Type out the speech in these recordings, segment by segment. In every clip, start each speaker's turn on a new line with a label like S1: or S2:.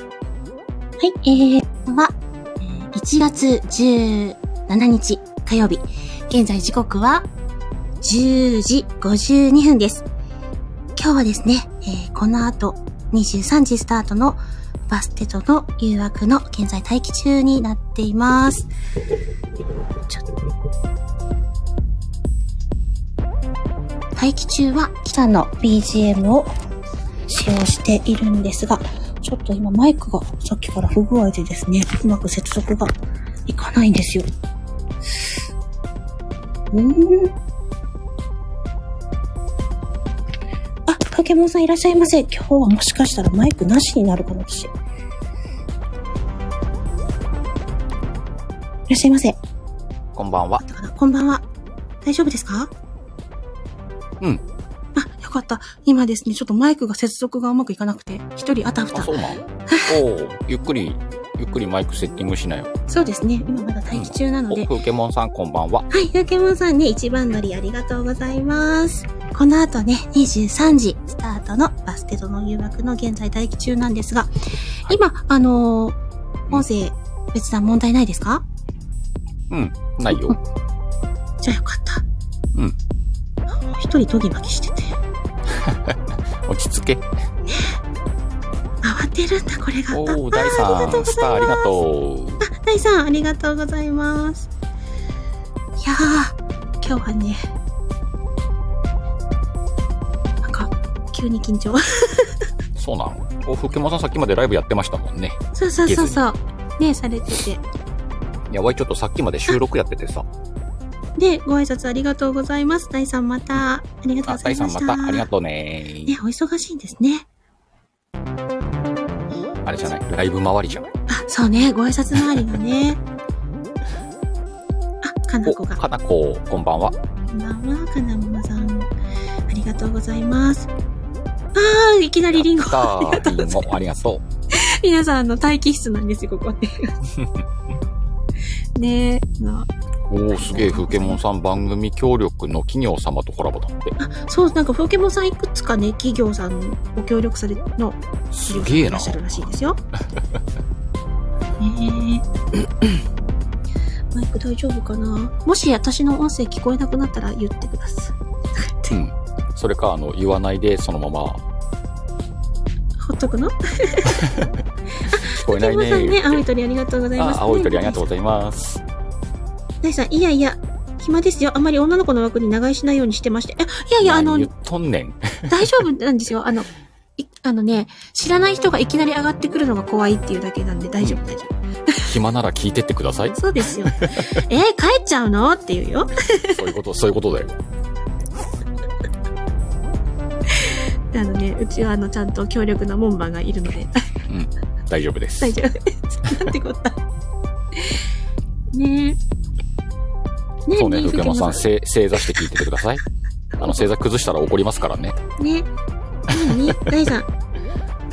S1: はい、えー、は、えー1月17日火曜日。現在時刻は10時52分です。今日はですね、えーこの後23時スタートのバステとの誘惑の現在待機中になっています。ちょっと待機中はキタの BGM を使用しているんですが、ちょっと今マイクがさっきから不具合でですね、うまく接続がいかないんですよ。うーん。あ、かけもんさんいらっしゃいませ。今日はもしかしたらマイクなしになるかもしれない。いらっしゃいませ。
S2: こんばんは。
S1: だからこんばんは。大丈夫ですか
S2: うん。
S1: あ、よかった。今ですね、ちょっとマイクが接続がうまくいかなくて、一人あたふた
S2: あ、。そうな のおお、ゆっくり、ゆっくりマイクセッティングしなよ。
S1: そうですね。今まだ待機中なの
S2: お、
S1: で。
S2: ポケモンさんこんばんは。
S1: はい、ゆうけもんさんね、一番乗りありがとうございます。この後ね、23時スタートのバスケとの誘惑の現在待機中なんですが、
S2: い
S1: 今、あのー音声、別段問題ないですか
S2: うん、な いよ。
S1: じゃあよかった。
S2: うん。
S1: 一人トギマギしてて。
S2: 落ち着け。
S1: 慌てるんだ、これが。
S2: おお、
S1: あ
S2: 第
S1: ありがとうございま
S2: 3、
S1: す
S2: スターありがと
S1: あ、
S2: う。
S1: ダイさん、ありがとうございます。いやー、今日はね、なんか、急に緊張。
S2: そうなのお、ポケモンさんさっきまでライブやってましたもんね。
S1: そうそうそうそう。ね、されてて。
S2: いや、わいちょっとさっきまで収録やっててさ。
S1: で、ご挨拶ありがとうございます。ダイさん、また、ありがとう
S2: あ、
S1: ござ
S2: 第
S1: いま
S2: 3
S1: し
S2: ま
S1: た。
S2: た、ありが
S1: と
S2: とうね
S1: ね、お忙しいんですね。
S2: あれじゃない、ライブ回りじゃん。
S1: あ、そうね、ご挨拶回りがね。あ、かな
S2: お、
S1: こが。
S2: かなこ、こんばんは。
S1: こんばんは、かなももさん。ありがとうございます。あー、いきなりリンゴ。
S2: さあ、
S1: とう
S2: りんご、ありがとう。
S1: 皆さんあの待機室なんですよ、こ こって。ねえ、ま
S2: おお、すげえ、ポケモンさん番組協力の企業様とコラボだって。
S1: あ、そう、なんか、風景もさんいくつかね、企業さんご協力され、の、
S2: すげえ
S1: いら
S2: な
S1: っし。ゃるらしいです よ。ねえ。マイク大丈夫かなもし私の音声聞こえなくなったら言ってください。
S2: うん。それか、あの、言わないで、そのまま、
S1: ほっとくの
S2: 聞こえ
S1: 風
S2: な
S1: 景
S2: い
S1: もさ
S2: ね
S1: んね、青い鳥ありがとうございます。
S2: あ、青い鳥ありがとうご
S1: い
S2: ざいます。
S1: ます。大さん、いやいや、暇ですよ。あまり女の子の枠に長居しないようにしてまして。えいやいや、あの、
S2: 何言っとんねん。
S1: 大丈夫なんですよ。あの、いあのね、知らない人がいきなり上がってくるのが怖いっていうだけなんで大丈夫、大丈
S2: 暇なら聞いてってください
S1: 夫。。そうですよ。えー帰っちゃうのっていうよ。
S2: そういうこと、そういうことだよ。
S1: あのね、うちはあの、ちゃんと強力な門番がいるので、
S2: 大丈夫です。
S1: 大丈夫です。なんてこった。ねえ。ね
S2: そうね、
S1: ふ
S2: 福
S1: けも
S2: 山さん、正正座して聞いててください。あの、正座崩したら怒りますからね。
S1: ね。何大さん。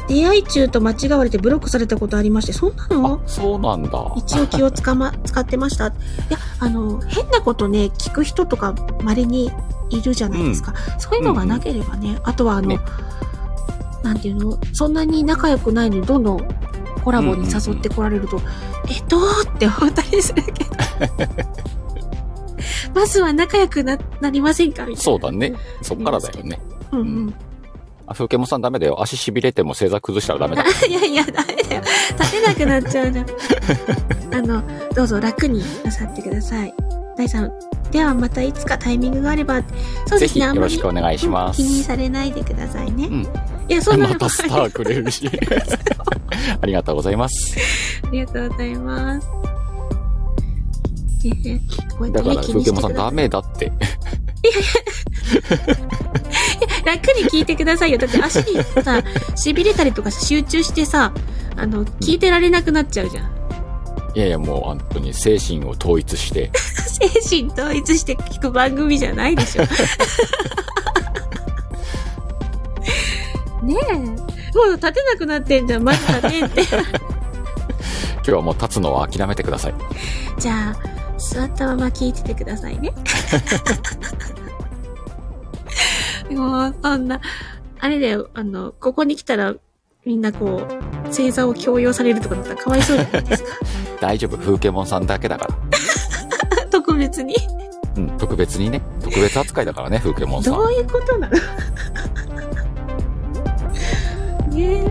S1: 出会い中と間違われてブロックされたことありまして、そんなの
S2: あ、そうなんだ。
S1: 一応気をつかま、使ってました。いや、あの、変なことね、聞く人とか稀にいるじゃないですか。そういうのがなければね、あとはあの、
S2: ね
S1: なんていうの、そんなに仲良くないのにどんどんコラボに誘ってこられると、えっとーって思ったりする けど。まずは仲良くな、なりませんかみたいな。
S2: そうだね。そっからだよね。
S1: うんうん。
S2: あ、福山さんダメだよ。足痺れても正座崩したらダメだ。
S1: いやいや、ダメだよ。立てなくなっちゃうじゃん。 あの、どうぞ楽になさってください。大さん、ではまたいつかタイミングがあれば、そう
S2: ぜ
S1: です
S2: ひ
S1: ね、あ
S2: よ
S1: んま
S2: ろ
S1: り
S2: しくお願いしま
S1: 気に
S2: す。
S1: されないでくださいね。
S2: うん
S1: いや、そんな
S2: ま
S1: の
S2: たスターくれるし。 ありがとうございます。
S1: ありがとうございます。ねこうや
S2: だ
S1: って
S2: か
S1: ね
S2: ら、
S1: 気
S2: 福
S1: にして
S2: 山
S1: く
S2: さん
S1: だ
S2: ダ
S1: さ
S2: メだって。
S1: い楽に聞いてくださいよ。だって足にさ、痺れたりとか集中してさ、あの、聞いてられなくなっちゃうじゃん。
S2: いやいや、もう、本当に精神を統一して。
S1: 精神統一して聞く番組じゃないでしょ。ねえ。もう立てなくなってんじゃん。マジだねって。
S2: 今日はもう立つのは諦めてください。
S1: じゃあ、座ったまま聞いててくださ いね。もう、そんな、あれだよ、あの、ここに来たら、みんなこう、正座を強要されるとかだったらかわいそうじゃないですか。
S2: 大丈夫、風景モンさんだけだから。
S1: 特別に。
S2: うん、特別にね。特別扱いだからね、風景モンさん
S1: ど。ういうことなの ね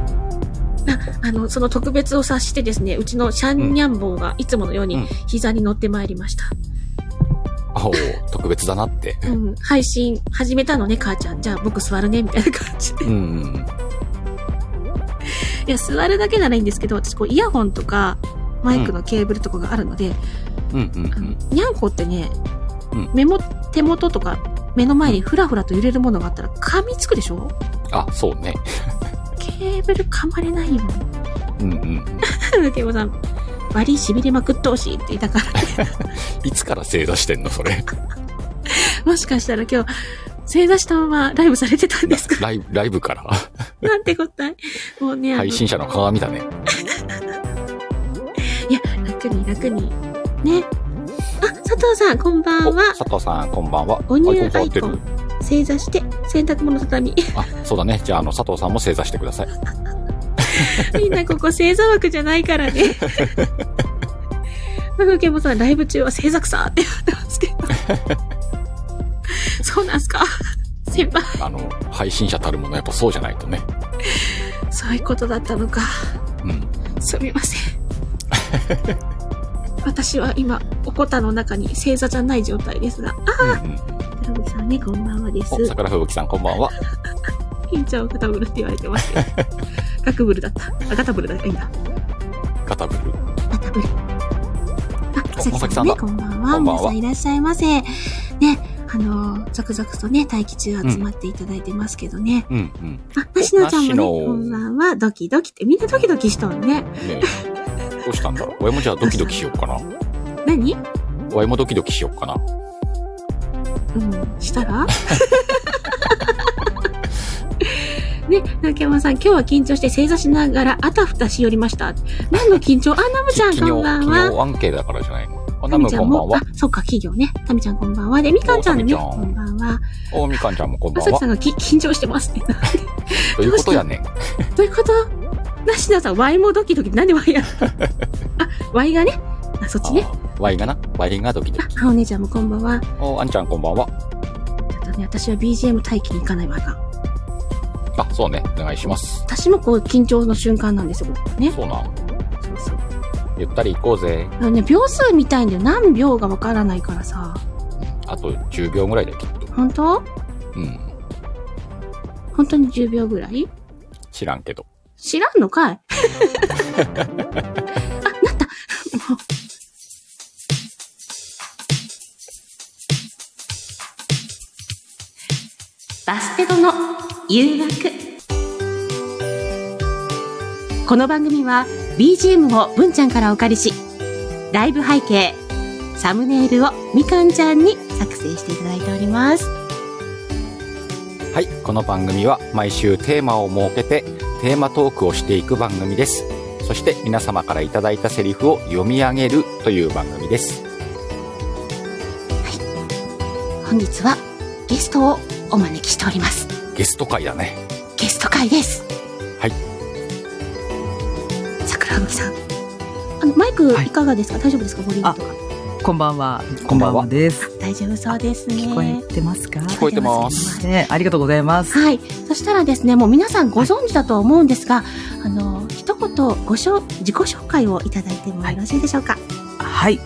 S1: え。ああの、その特別を察してですね、うちのシャンニャンボーがいつものよう
S2: う
S1: に
S2: ん
S1: 膝に乗ってまいりました。
S2: おー特別だなって。
S1: うん、配信始めたのね、母ちゃん。じゃあ僕座るね、みたいな感 じで。
S2: うんうん
S1: いや、座るだけならいいんですけど、私こうイヤホンとか、マイクのケーブルとかがあるので、
S2: うん。うんうんう
S1: あの
S2: ん。
S1: にゃんこってね、
S2: うん
S1: 目も、手元とか目の前にふらふらと揺れるものがあったら噛みつくでしょ
S2: あ、そうね。
S1: ケーブル噛まれないよ。
S2: うんうんうん。
S1: ケイコさん、バリ痺れまくってほしいって言ったから、
S2: いつから正座してんの、それ。
S1: もしかしたら今日、正座したままライブされてたんです か
S2: ライブ、ライブから。
S1: なんてこったい。もうね、あの、
S2: 配信者の鏡だね。
S1: いや、楽に楽に。ね。あ、佐藤さん、こんばん
S2: お、
S1: は。
S2: 佐藤さん、こんばんは。
S1: お乳
S2: アイコン変
S1: ア
S2: わ
S1: イ
S2: っ
S1: コ
S2: て
S1: ン
S2: る。
S1: 正座して、洗濯物畳み。
S2: あ、そうだね。じゃあ、あの、佐藤さんも正座してください。
S1: みんなここ正座枠じゃないから ね。ふふけもさん、ライブ中は正座くさって言 ってますけど。そうなんすか先輩、
S2: あの、配信者たるもの、やっぱそうじゃないとね。
S1: そういうことだったのか。
S2: うん。
S1: すみません。私は今、おこたの中に正座じゃない状態ですが。あ、
S2: うんうん、
S1: ふふさんね、こんばんはです。
S2: お、桜吹雪さん、こんばんは。
S1: ピンチャーをガタブルって言われてますけど。 ガクブルだった。あ、ガタブルだった。いいんだ。
S2: ガタブル。
S1: ガタブル。あ、
S2: お
S1: 佐々木さんね、
S2: まさきさんだ
S1: こんばんは。
S2: こんばん
S1: 皆さ
S2: は
S1: んいらっしゃいませ。ね、あのー、続々とね、待機中集まっていただいてますけどね。
S2: うんうん。
S1: あ、なしのちゃんもね、
S2: お
S1: こんばんは。ドキドキって、みんなドキドキしとんね。
S2: ねえどうしたんだろう。俺もじゃあ、ドキドキしようかな。
S1: 何
S2: 俺もドキドキしようかな。
S1: うん、した らね、竹山さん、今日は緊張して正座しながらあたふたしよりました。何の緊張あ、ナムちゃん
S2: 企
S1: こ
S2: 業、
S1: んばん
S2: 企
S1: は。
S2: 業アンケートだからじゃないの。あ、
S1: タ
S2: ナ
S1: ミ
S2: ム
S1: ち
S2: こ
S1: ゃん
S2: んばん
S1: も、
S2: は
S1: あ。、そっか、企業ね。タミちゃんこんばんは。で、みかんちゃんね、
S2: おタミちゃん
S1: こんばんは。
S2: お、みかんちゃんもこん
S1: ま
S2: ばん
S1: さきさん
S2: は。
S1: がき緊張してますね。
S2: ということやねん。
S1: どういうことなしなさん、ワイもドキドキ。なんでワイ やあ、ワイがね。あ、そっちね。
S2: あワイがな。ワイがドキド
S1: あ
S2: キ。、
S1: あお姉ちゃんもこんばんは。ち
S2: お、あんちゃんこんばんは。
S1: ょっとね、私は BGM 待機に行かないわが。
S2: あ、そうね。お願いします。
S1: 私もこう、緊張の瞬間なんですよ、ここね。
S2: そうな
S1: そ
S2: ん。
S1: うそう。
S2: ゆったり行こうぜ。
S1: あのね、秒数見たいんだよ。何秒がわからないからさ。
S2: あと10秒ぐらいだよ、きっと。
S1: 本当
S2: うん。
S1: 本当に10秒ぐらい
S2: 知らんけど。
S1: 知らんのかいあ、なったもうバステドの誘惑この番組は BGM を文ちゃんからお借りしライブ背景サムネイルをみかんちゃんに作成していただいております
S2: はい、この番組は毎週テーマを設けてテーマトークをしていく番組です。そして皆様からいただいたセリフを読み上げるという番組です。
S1: 本日はゲストをお招きしております
S2: ゲスト会だね。
S1: ゲスト会です
S2: はい
S1: 桜吹さんあのマイク
S3: はい
S1: いかがですか、大丈夫ですかボリュームとか
S3: こんばんは。
S2: こんばんは
S3: です。
S1: 大丈夫そうですね
S3: 聞こえてますか。
S2: 聞こえてます
S3: ね、ありがとうございます。
S1: はいそしたらですねもう皆さんご存知だと思うんですが、あの一言ごしょ自己紹介をいただいてもよろしいでしょうか、
S3: はい。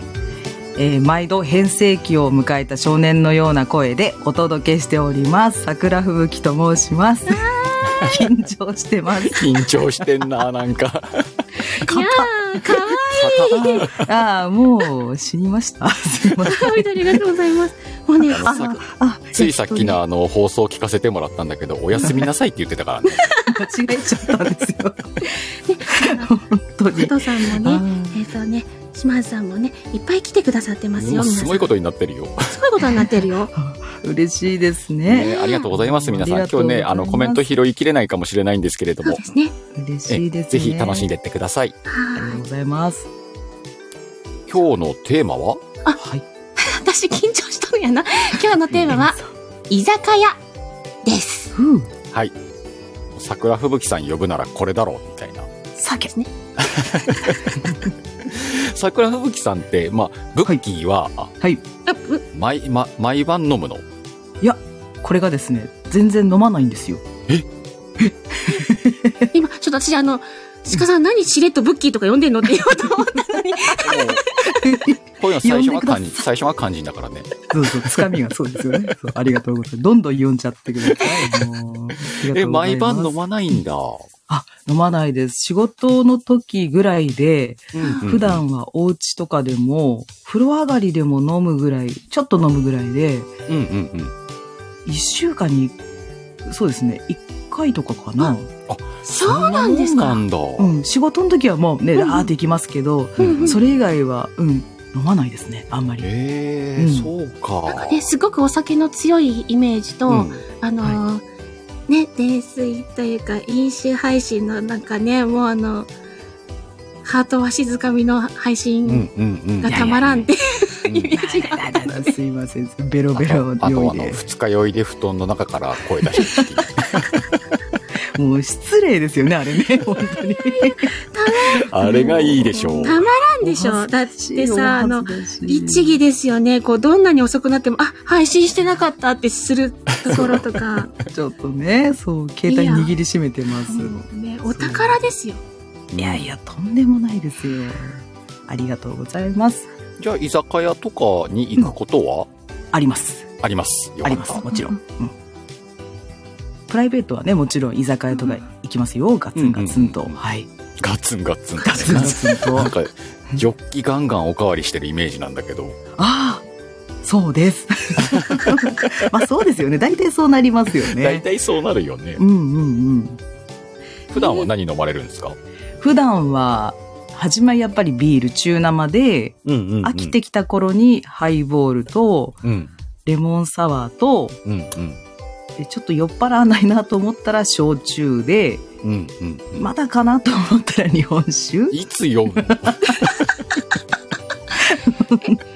S3: えー毎度変成期を迎えた少年のような声でお届けしております。桜吹雪と申します。緊張してます。
S2: 緊張してん な、なんか。
S1: い、やーかわ
S3: ああ、もう死にました。すいません。
S1: いいありがとうございますもうね
S2: あ
S1: あ
S2: さ
S1: の
S3: あ、
S2: ついさっきのあの放送聞かせてもらったんだけど、おやすみなさいって言ってたから ね。
S3: 間違えちゃったんですよ。本当に。
S1: 佐藤さんもね
S3: あ
S1: えっ、とね島津さんもねいっぱい来てくださってます
S2: も
S1: よ
S2: うすごいこととになってるよ。
S1: すごいことになってる よ
S3: ー嬉しいです ね。
S2: ね、ありがとうございます、皆さん。
S3: あ
S2: 今
S3: りがとう
S2: 日
S3: ございます
S2: ね、あの、コメント拾いきれないかもしれないんですけれど
S1: そう
S2: も
S1: で、すね
S3: 嬉
S2: え
S3: しいですね。
S2: ぜひ楽しんでってください。
S3: ありが
S1: は
S3: と
S1: いう
S3: ございます。
S2: 今日のテーマは
S3: はい。
S1: 私緊張しとるやな。今日のテーマは、居酒屋です。
S3: ふう
S2: はい。お桜吹雪さん呼ぶならこれだろうみたいな。
S1: そうですね。
S2: 桜吹雪さんって、まあ、ブッキーは、
S3: はい。
S1: あう
S2: 毎、ま、毎晩飲むの。
S3: これがですね、全然飲まないんですよ。
S1: 今、ちょっと私、あの、鹿さん何しれっとブッキーとか呼んでんのって言おうと思ったのに。
S2: こういうの最初は
S3: 呼ん
S2: 肝
S3: で
S2: 心、最初は肝心だからね。
S3: そうそう、つかみがそうですよね。そうありがとうございます。どんどん呼んじゃってください。もう
S2: え、毎晩飲
S3: ま
S2: まないんだ。
S3: あ、飲まないです。仕事の時ぐらいで、
S2: うん
S3: 普。段はお家とかでも、風呂上がりでも飲むぐらい、ちょっと飲むぐらいで、
S2: うんうんうん。
S3: 一週間に、そうですね、一回とかかな。
S1: そうなんです
S2: な
S1: か。
S2: んだ。
S3: うん、仕事の時はもうね、
S1: うんうん
S3: あーって行きますけど、
S1: うんうん
S3: それ以外は、うん、飲まないですね、あんまり。
S2: え
S3: う
S2: え、
S3: ん
S2: そうか。
S1: ね、すごくお酒の強いイメージと、
S2: うん
S1: あのーね、泥酔というか、飲酒配信のなんかね、もうあの、ハートは静かみの配
S2: う
S1: 信
S2: んうんうん。
S1: がたまらんって、
S2: うん
S1: イメージがあったので。
S3: すいません、ベロ
S2: あ
S3: ベロ
S2: とあと
S3: 酔
S2: あ
S3: い
S2: の
S3: で。
S2: 二日酔いで布団の中から声出してる時
S3: もう失礼ですよね、あれ ね、本当に。
S2: あれがいいでしょう。
S1: たまらんでしょ。だってさ、あの、律
S3: 一
S1: 儀ですよね。こう、どんなに遅くなっても、あ、配信してなかったってするところと か、
S3: ちょっとね、そう、携帯握りしめてます。
S1: もうね、お宝ですよ。
S3: いやいや、とんでもないですよ。ありがとうございます。
S2: じゃあ居酒屋とかに行くことは
S3: あります。
S2: あります。よ
S3: あ
S2: か
S3: り
S2: っ
S3: ます
S2: た。。
S3: もちろん。うんプライベートはね、もちろん居酒屋とか行きますよ。ガツンガツンと。
S2: うんうんうん
S3: はい。
S2: ガツンガツンとね。
S3: ガツンガツンと。
S2: な
S3: あ
S2: んか、ジョッキガンガンおかわりしてるイメージなんだけど。
S3: あー、そう です。まあそうですよね。大体そうなりますよ
S2: 大
S3: ね。
S2: 体そうなるよね
S3: う。んうんうん。
S2: 普段は何飲まれるんですか
S3: 普段は、始まりやっぱりビール中生で、
S2: うんう
S3: 飽き。てきた頃にハイボールと、
S2: うん。
S3: レモンサワーと、
S2: うんうん。
S3: でちょっと酔っ払わないなと思ったら焼酎で、
S2: うんうん。
S3: まだかなと思ったら日本酒
S2: いつ酔うの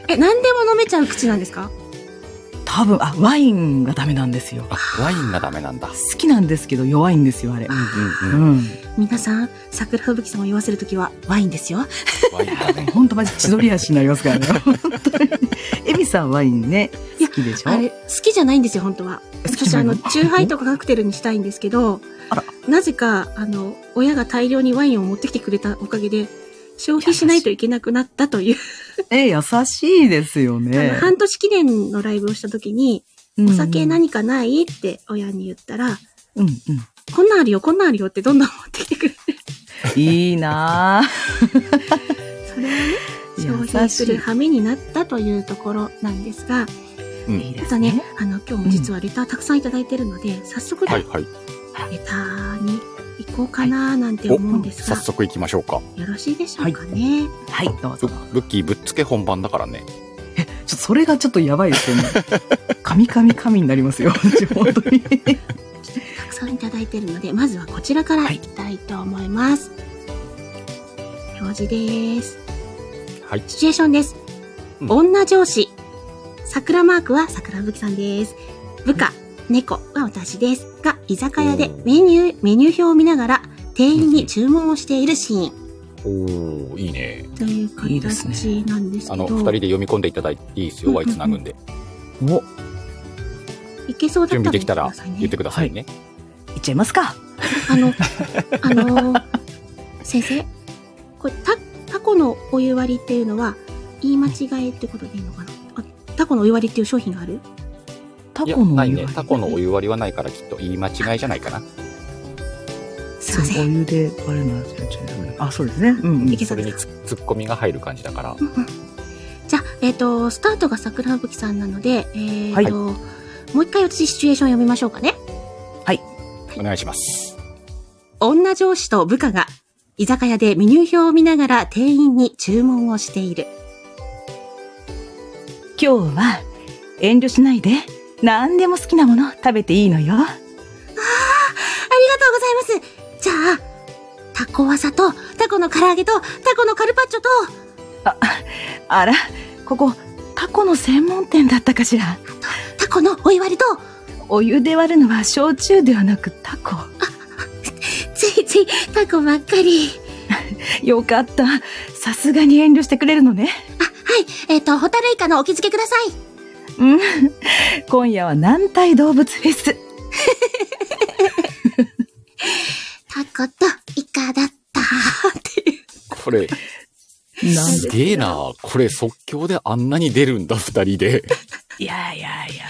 S1: え、何でも飲めちゃう口なんですか
S3: 多分、あ、ワインがダメなんですよ。
S2: あ、ワインがダメなんだ。
S3: 好きなんですけど弱いんですよ、あれ。
S2: うんう
S3: う
S2: ん。
S3: ん。
S1: 皆さん、桜吹雪さんを言わせるときは、ワインですよ。
S2: ワインだね。
S3: ほんとマジ千鳥足になりますか らね。本当に。エミさんワインね、
S1: いや
S3: 好きでしょ
S1: あれ、好きじゃないんですよ、本当は。
S3: き
S1: 私、
S3: じ
S1: あ
S3: ゃ
S1: の、
S3: ないの
S1: チューハイとかカクテルにしたいんですけど
S3: あら、
S1: なぜか、あの、親が大量にワインを持ってきてくれたおかげで、消費しないといけなくなったという、
S3: え、優しいですよ
S1: あの
S3: ね。
S1: 半年記念のライブをした時に、
S3: うん
S1: お酒何かないって親に言ったら、
S3: うんうん。
S1: こんなんあるよ、こんなんあるよってどんどん持ってきてくれて、
S3: いいなぁ。
S1: それをね、消
S3: 優
S1: 費
S3: し
S1: す
S3: い
S1: る羽目になったというところなんですが、
S2: うん
S3: いい
S1: ちょ
S3: で
S1: っと
S3: す
S1: ね
S3: ね。、
S1: あの、今日も実はレターたくさんいただいてるので、早速ね、
S2: はいはい。
S1: レターに行こうかななんて思うんです
S2: 早
S1: が、
S2: 速行きましょうか。
S1: よろしいでしょうかね。
S3: はい、どう
S2: ブ
S3: ぞ。ちょっ
S2: ッキーぶっつけ本番だからね。
S3: とそれがちょっとやばいですよね。 神々神になりますよ、私本当に。
S1: たくさんいただいてるので、まずはこちらからいきたいと思います。表示です。
S2: はい
S1: シチュエーションです。
S2: うん
S1: 女上司。桜マークは桜吹さんです。部下、猫は私です。が、居酒屋で
S2: おー
S1: メニュー、メニュー表を見ながら、店員に注文をしているシーン
S2: おおいいね。
S1: という
S3: いいです
S1: 形
S3: ね
S1: なんです
S2: あ
S1: け
S2: の、
S1: ど、
S2: 二人で読み込んでいただいていいですよ。ワイつなぐんで。
S3: お、
S1: いけそうだ
S2: 準
S1: った
S2: 備
S1: ら
S2: できたら
S1: 言
S2: 言っ
S1: ってて
S2: くださいね。
S3: いっちゃいますか。
S1: あの、あの ー、先生、これ、た、タコのお湯割りっていうのは、言い間違えってことでいいのかなあタコのお湯割りっていう商品がある
S3: タ
S2: いや
S3: コの
S2: な
S3: お
S2: い
S3: 湯
S2: ね。
S3: 割り
S2: タコのお湯割りはないからきっと言い間違いじゃないかな。
S1: すいませ。
S3: そうんお湯で割るのはちょいちょいあ、そうですね。うんうん
S1: いけそ
S2: そう
S1: で
S2: れ
S1: す
S2: に
S1: か。
S2: ツッツッコミが入る感じだから。
S1: うんうん じゃあ、えっ、と、スタートが桜吹雪さんなので、えっ、と、もう一回私シチュエーション読みましょうかね。
S2: お願いします。
S1: 女上司と部下が居酒屋でメニュー表を見ながら店員に注文をしている。
S3: 今日は遠慮しないで何でも好きなもの食べていいのよ
S1: ありがとうございます。じゃあ、タコワサと、タコの唐揚げと、タコのカルパッチョと、
S3: あらここタコの専門店だったかしら
S1: タコのお湯割りと、
S3: お湯で割るのは焼酎ではなくタコ
S1: 私、タコばっかり。
S3: よかった。さすがに遠慮してくれるのね。
S1: あ、はい。えっ、と、ホタルイカのお気づけください。
S3: うん。今夜は軟体動物フェス。
S1: タコとイカだった。っていう。
S2: これ、
S3: なん
S2: す
S3: で
S2: げえな。これ即興であんなに出るんだ、二人 で。
S3: いやいやいや。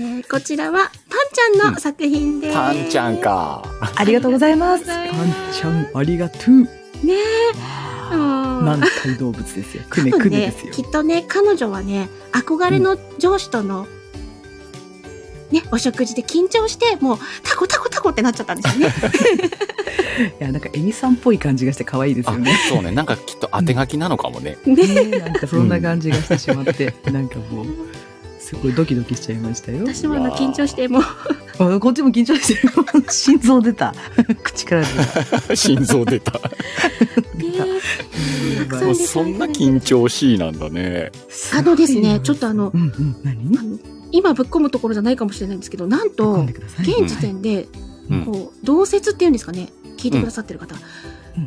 S1: えーこちらは、パンちゃんの作品です。
S2: パンちゃん。か。
S3: ありがとうございます。
S1: あ
S3: パ
S1: りが
S3: ン
S1: とうご
S3: ちゃん、ありがとう。
S1: ねえ。
S3: な
S1: なん
S3: か動物ですよ。くねくねですよ。
S1: きっとね、彼女はね、憧れの上司との、ね、お食事で緊張して、もう、タコタコタコってなっちゃったんですよね。
S3: いや、なんかエミさんっぽい感じがして可愛いです
S2: あ
S3: よね。、
S2: そうね。なんかきっと当て書きなのかもね。
S3: ねなんかそんな感じがしてしまって、なんか もう、すごいドキドキしちゃいましたよ。
S1: 私もあの緊張して、もう、
S3: あこっちも緊張してる。心臓出た。 口から出 た。
S2: 心臓出た。
S1: ねたくさん
S2: もうそんな緊張しいなんだね。
S1: あのですね、ちょっとあの
S3: う、んうん、何
S1: あの今ぶっ込むところじゃないかもしれないんですけど、なん
S3: ぶっ込ん
S1: と
S3: で、ください。
S1: 現時点で、
S2: うん
S1: こう、同説っていうんですかね、聞いてくださってる方、
S3: うん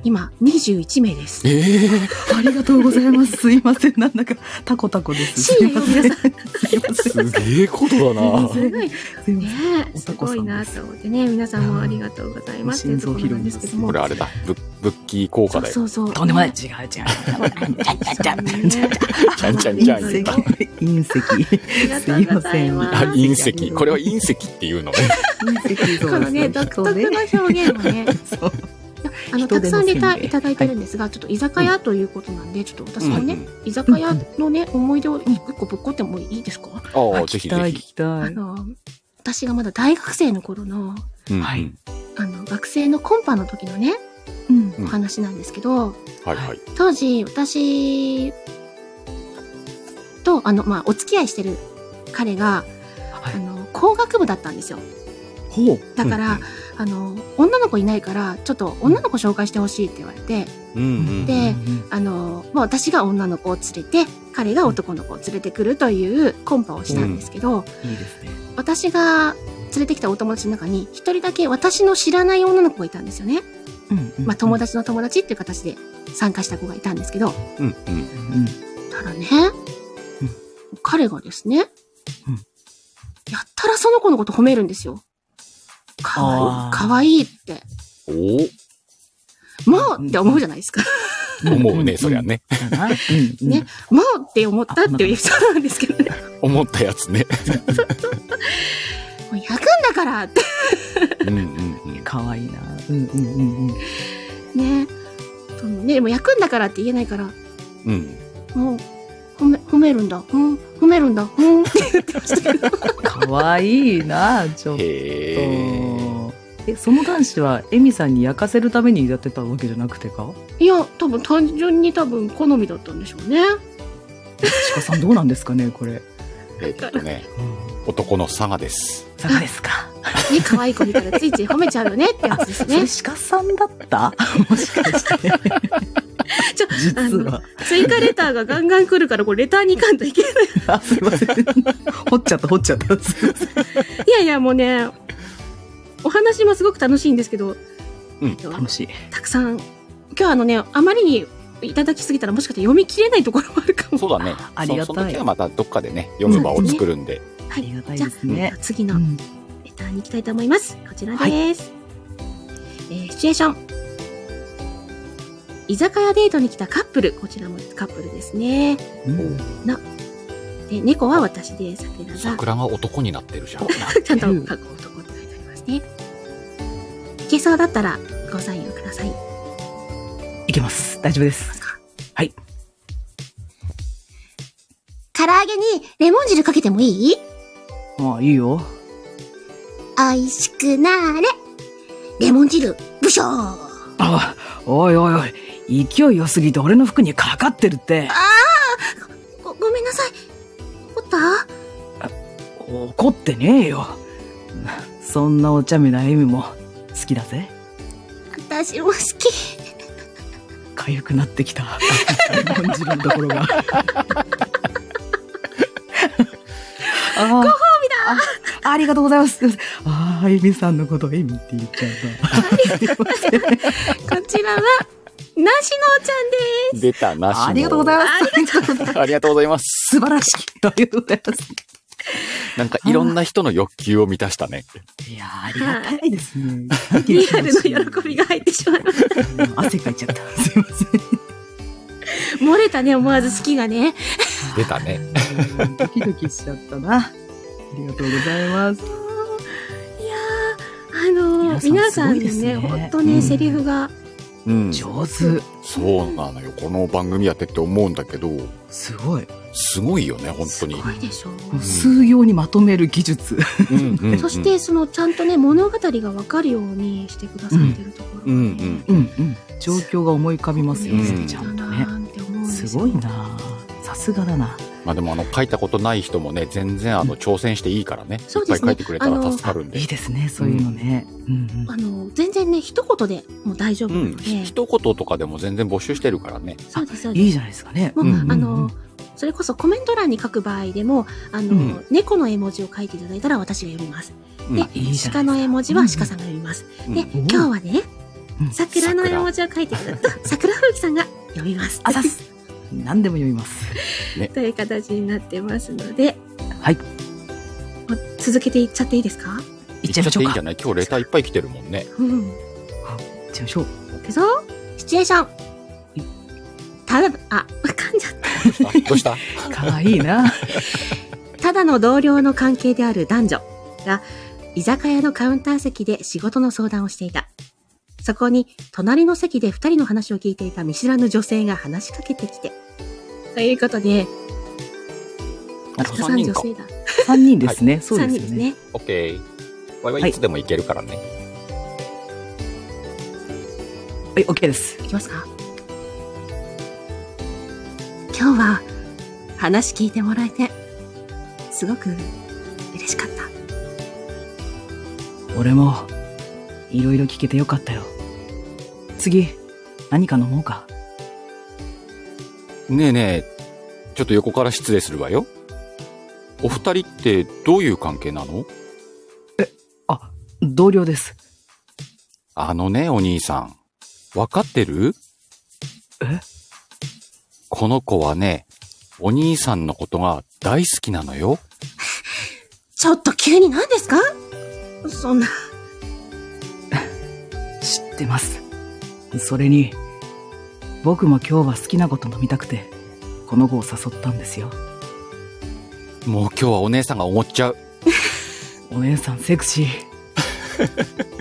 S1: 今、21名です。
S2: ええ
S3: ありがとうございます。すいません。なんだか、タコタコです。すいません。すいません。す
S2: すげえことだな。
S3: すいま
S1: ね
S3: いません。
S1: え、すごいなと思ってね、皆さんもありがとうございます。
S3: 心臓
S1: と
S3: 疲
S1: いうとこ
S3: 労
S1: ろなんです
S3: になります
S1: けども
S2: これあれだ。ブブッキー効果だよ。
S1: そうそうそう。
S3: とんでもない。違う違う。ちゃんちゃんちゃんちゃん。
S2: ちゃんちゃんちゃん
S1: 隕石
S2: 言った。
S3: 隕石。
S1: ありがとうございます。
S2: あ、隕石。これは隕石っていうのね。
S3: 隕石
S1: このね、独特な表現は ね、
S3: そう
S1: あの、
S3: 人
S1: たく
S3: 手の
S1: さんレタ
S3: 宣
S1: ー
S3: 言
S1: いただいてるんですが、ちょっと居酒屋ということなんで、ちょっと私もね、
S2: うん
S1: 居酒屋のね、思い出を一個ぶっこってもいいですか、
S2: あ
S3: あ
S2: あ、ぜひ
S3: 聞
S2: ぜ
S3: き
S2: ひ。
S3: たい
S1: あ
S3: 聞きたい
S1: の、私がまだ大学生の頃の、
S2: うん
S3: は
S2: はいい。
S1: あの、学生のコンパの時のね、
S3: うん
S2: うん
S1: お話なんですけど、
S2: はいはい。
S1: 当時、私と、あの、まあ、お付き合いしてる彼が、
S3: はい
S1: あの、工学部だったんですよ。
S3: ほう
S1: だから、
S2: うん
S1: あの、女の子いないから、ちょっと女の子紹介してほしいって言われて、
S2: うんうん。
S1: であの、まあ、私が女の子を連れて、彼が男の子を連れてくるというコンパをしたんですけど、
S3: いいですね
S1: 私が連れてきたお友達の中に、一人だけ私の知らない女の子がいたんですよね。まあ、友達の友達っていう形で参加した子がいたんですけど、
S2: うんうん。
S3: うん
S1: ただね
S3: うん、
S1: 彼がですね
S3: うん、
S1: やったらその子のこと褒めるんですよ。かわ
S3: あ
S1: いい、
S3: ー
S1: かわいいって。
S2: お
S1: もうって思うじゃないですか。
S2: お思うね、そりゃね。
S3: うん
S1: ねもうって思ったっていうエピソードなんですけどね。
S2: 思ったやつね。
S1: もう焼くんだからって
S2: うんうんうん。
S3: 可愛いなうんうんうんうん
S1: ね。そのね、でも焼くんだからって言えないから、
S2: うん。
S1: もう、褒め、褒めるんだ、うん、褒めるんだ、うんって言ってましたけど。
S3: 可愛いなちょっと
S2: へえ。
S3: えその男子はエミさんに焼かせるためにやってたわけじゃなくてか
S1: いや、多分単純に多分好みだったんでしょうね。
S3: 鹿さんどうなんですかねこれ
S2: えっとね、男の差がです。
S3: さかですか
S1: ね、可愛い子見たらついつい褒めちゃうよねってやつです
S3: それ
S1: ね。
S3: 鹿さんだったもしかして
S1: ちょ
S3: 実は
S1: 追加レターがガンガン来るから、これレターに行かんといけない。
S3: あ、すいません。掘っちゃった、掘っちゃった。すいません。
S1: いやいや、もうね、お話もすごく楽しいんですけど、
S2: うん
S1: 今日は
S3: 楽しい。
S1: たくさん、今日はあのね、あまりにいただきすぎたらもしかして読み切れないところもあるかも。
S2: そうだね。
S3: ありがたい
S2: そその時はまたどっかでね、読む場を作るんで。
S1: は
S3: あ
S1: い
S3: りがたいですね。
S1: 次
S3: う
S1: の
S3: ん
S1: レターに行きたいと思います。こちらです。えーシチュエーション。居酒屋デートに来たカップル。こちらもカップルですね。
S3: うん
S1: で、猫は私で、桜が。
S2: 桜が男になってるじゃん。
S1: ちゃんと過去男って書いてありますね。いけそうだったらごサインをください。
S3: いけます。大丈夫です。
S1: 唐揚げにレモン汁かけてもいい
S3: ああ、いいよ。
S1: 美味しくなれ。レモン汁、ブショーあ
S3: ああ、おいおいおい。勢い良すぎて俺の服にかかってるって。
S1: ご、ごめんなさい。怒った
S3: 怒ってねえよ。そんなお茶目なエミも好きだぜ。
S1: 私も好き。
S3: 痒くなってきた。 レモン汁のところが。 ああご褒美だあありがとうございます。あはゆみさんのことを意味って言っちゃうな。
S1: こち らは、なしのちゃんで
S2: 出たなしの。
S3: ありがとうございます。
S2: ありがとうございます。
S3: 素晴らしい。ありがとうございます。
S2: なんかいろんな人の欲求を満たしたね。
S3: いやー、ありがたいですね。
S1: リアルの喜びが入ってしまいまし
S3: うん 汗かいちゃった。すいません。
S1: た。 漏れたね、思わず好きがね。
S2: 出たね。
S3: ドキドキしちゃったな。ありがとうございます。
S1: いやー、あのー、皆
S3: 皆
S1: さ
S3: さ
S1: ん
S3: ん
S1: です
S3: ごい
S1: ね、
S3: ですね
S1: ほんとね、
S2: うん
S1: セリフが。
S2: うん。
S3: 上手。
S2: そうなのよ。この番組やってって思うんだけど、
S3: すごい。
S2: すごいよね、本当に。
S1: すごいでしょう。
S3: 数行にまとめる技術。
S2: うんうんうん
S1: そして、、その、ちゃんとね、物語がわかるようにしてくださってるところがね、
S2: うんうん
S3: うんうん。状況が思い浮かびますよ
S2: う
S3: ね、
S2: ん
S3: ちゃ
S1: だ
S3: んと
S1: な
S3: ね。
S1: ーって思うんですよ
S3: すごい。なさすがだな。
S2: まあでもあの、書いたことない人もね、全然あの、挑戦していいからね。
S1: そうですね
S2: いっぱい書いてくれたら助かるんで
S3: いい。ですね、そういうのね。うんうん
S1: あの、全然ね、一言でもう大丈夫
S2: う
S1: なの
S2: ん。
S1: で、
S2: 一言とかでも全然募集してるからね。
S1: そうです、そうです。
S3: いいじゃないですかね。
S1: もう、
S2: うんうんうん
S1: あの、それこそコメント欄に書く場合でも、あの、
S2: うん
S1: 猫の絵文字を書いていただいたら私が読みます。
S2: うん
S1: で、
S3: い
S1: 鹿
S3: いじゃないですか
S1: の絵文字は鹿さんが読みます。
S2: うん
S1: で、
S2: うん
S1: 今日はね
S3: う、ん
S1: 桜の絵文字を書いていただくと、 桜吹雪さんが読みます。
S3: あざっす。何でも読みます。
S1: という形になってますので、
S3: はい。
S1: もう続けていっちゃっていいですか
S3: いっちゃいましょう
S2: いい
S3: か。
S2: んじゃない今日レターいっぱい来てるもん ね。
S1: うん。
S3: いっちゃいましょう。
S1: いくぞシチュエーションただ、あ、噛んじゃった。
S2: あどうした
S3: かわいいな。
S1: ただの同僚の関係である男女が居酒屋のカウンター席で仕事の相談をしていた。そこに隣の席で二人の話を聞いていた見知らぬ女性が話しかけてきて。ということで、
S2: あ
S1: 北さ
S2: 三
S1: ん女
S2: 人か。
S1: 性だ。
S3: 三人ですね。そう
S1: 3人
S3: ですよ
S1: です
S3: ね。
S1: ね。
S2: オッケー。ワイワ
S3: は
S2: イい
S3: い
S2: つでもいけるからね。
S3: はい、OK です。
S1: いきますか。今日は話聞いてもらえて、すごく嬉しかった。
S3: 俺も、いろいろ聞けてよかったよ。次、何か飲もうか。
S2: ねえねえ、ちょっと横から失礼するわよ。お二人ってどういう関係なの
S3: あ、同僚です。
S2: あのね、お兄さん。わかってる
S3: え
S2: この子はね、お兄さんのことが大好きなのよ。
S1: ちょっと急に何ですかそんな。
S3: 知ってます。それに、僕も今日は好きなこと飲みたくて、この子を誘ったんですよ。
S2: もう今日はお姉さんがおごっちゃう。
S3: お姉さんセクシー。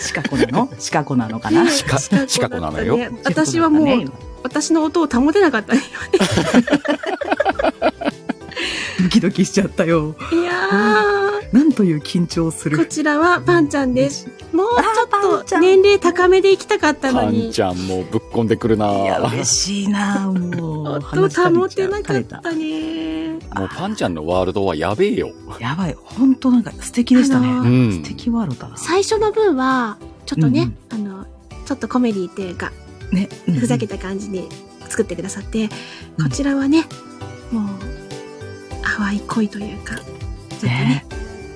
S3: シカ子なのシカ子なのかな
S1: ね
S2: シカシカ子なのよ
S1: シカ子だったね 私はもう、私の音を保てなかったね。
S3: ドキドキしちゃったよ。
S1: いやー、
S3: なんという緊張す
S1: こ
S3: る。
S1: ちらはパンちゃんです。もうちょ
S3: あーパ
S1: っ
S3: ンち
S1: と
S3: ゃん
S1: 年齢高めで行きたかったの
S2: かん
S1: に、
S2: ちゃんもぶっこんでくるなぁ
S3: いや、嬉しいなもう。
S1: 音を保てなかっ
S3: 話しかけちゃう垂れ
S1: たね。
S2: もうパンちゃんのワールドはやべえよ。
S3: やばい。ほんとなんか素敵でしたね。
S1: あのー
S2: うん
S3: 素。敵ワールドだな。
S1: 最初の分は、ちょっとね、あの、ちょっとコメディっていうか、
S3: ね。うん
S1: ふざけた感じに作ってくださって、
S3: うん
S1: こちらはね、もう、淡い恋というか、ちょっとね
S3: ね、